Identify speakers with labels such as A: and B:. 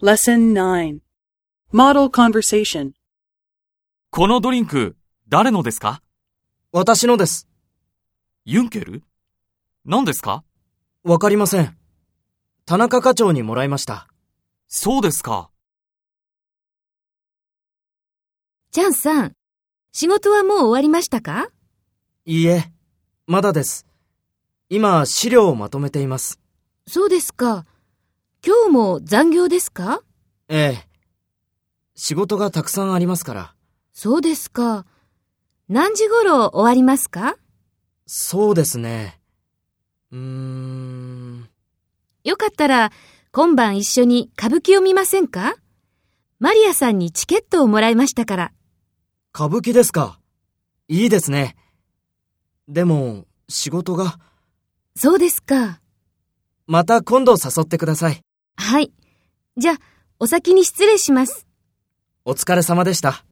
A: Lesson 9 Model Conversation
B: このドリンク、誰のですか
C: 私のです。
B: ユンケル何ですか
C: わかりません。田中課長にもらいました。
B: そうですか。
D: ジャンさん、仕事はもう終わりましたか
C: いいえ、まだです。今、資料をまとめています。
D: そうですか。今日も残業ですか
C: ええ。仕事がたくさんありますから。
D: そうですか。何時頃終わりますか
C: そうですね。うーん。
D: よかったら、今晩一緒に歌舞伎を見ませんかマリアさんにチケットをもらいましたから。
C: 歌舞伎ですか。いいですね。でも、仕事が。
D: そうですか。
C: また今度誘ってください。
D: はい。じゃあ、お先に失礼します。
C: お疲れ様でした。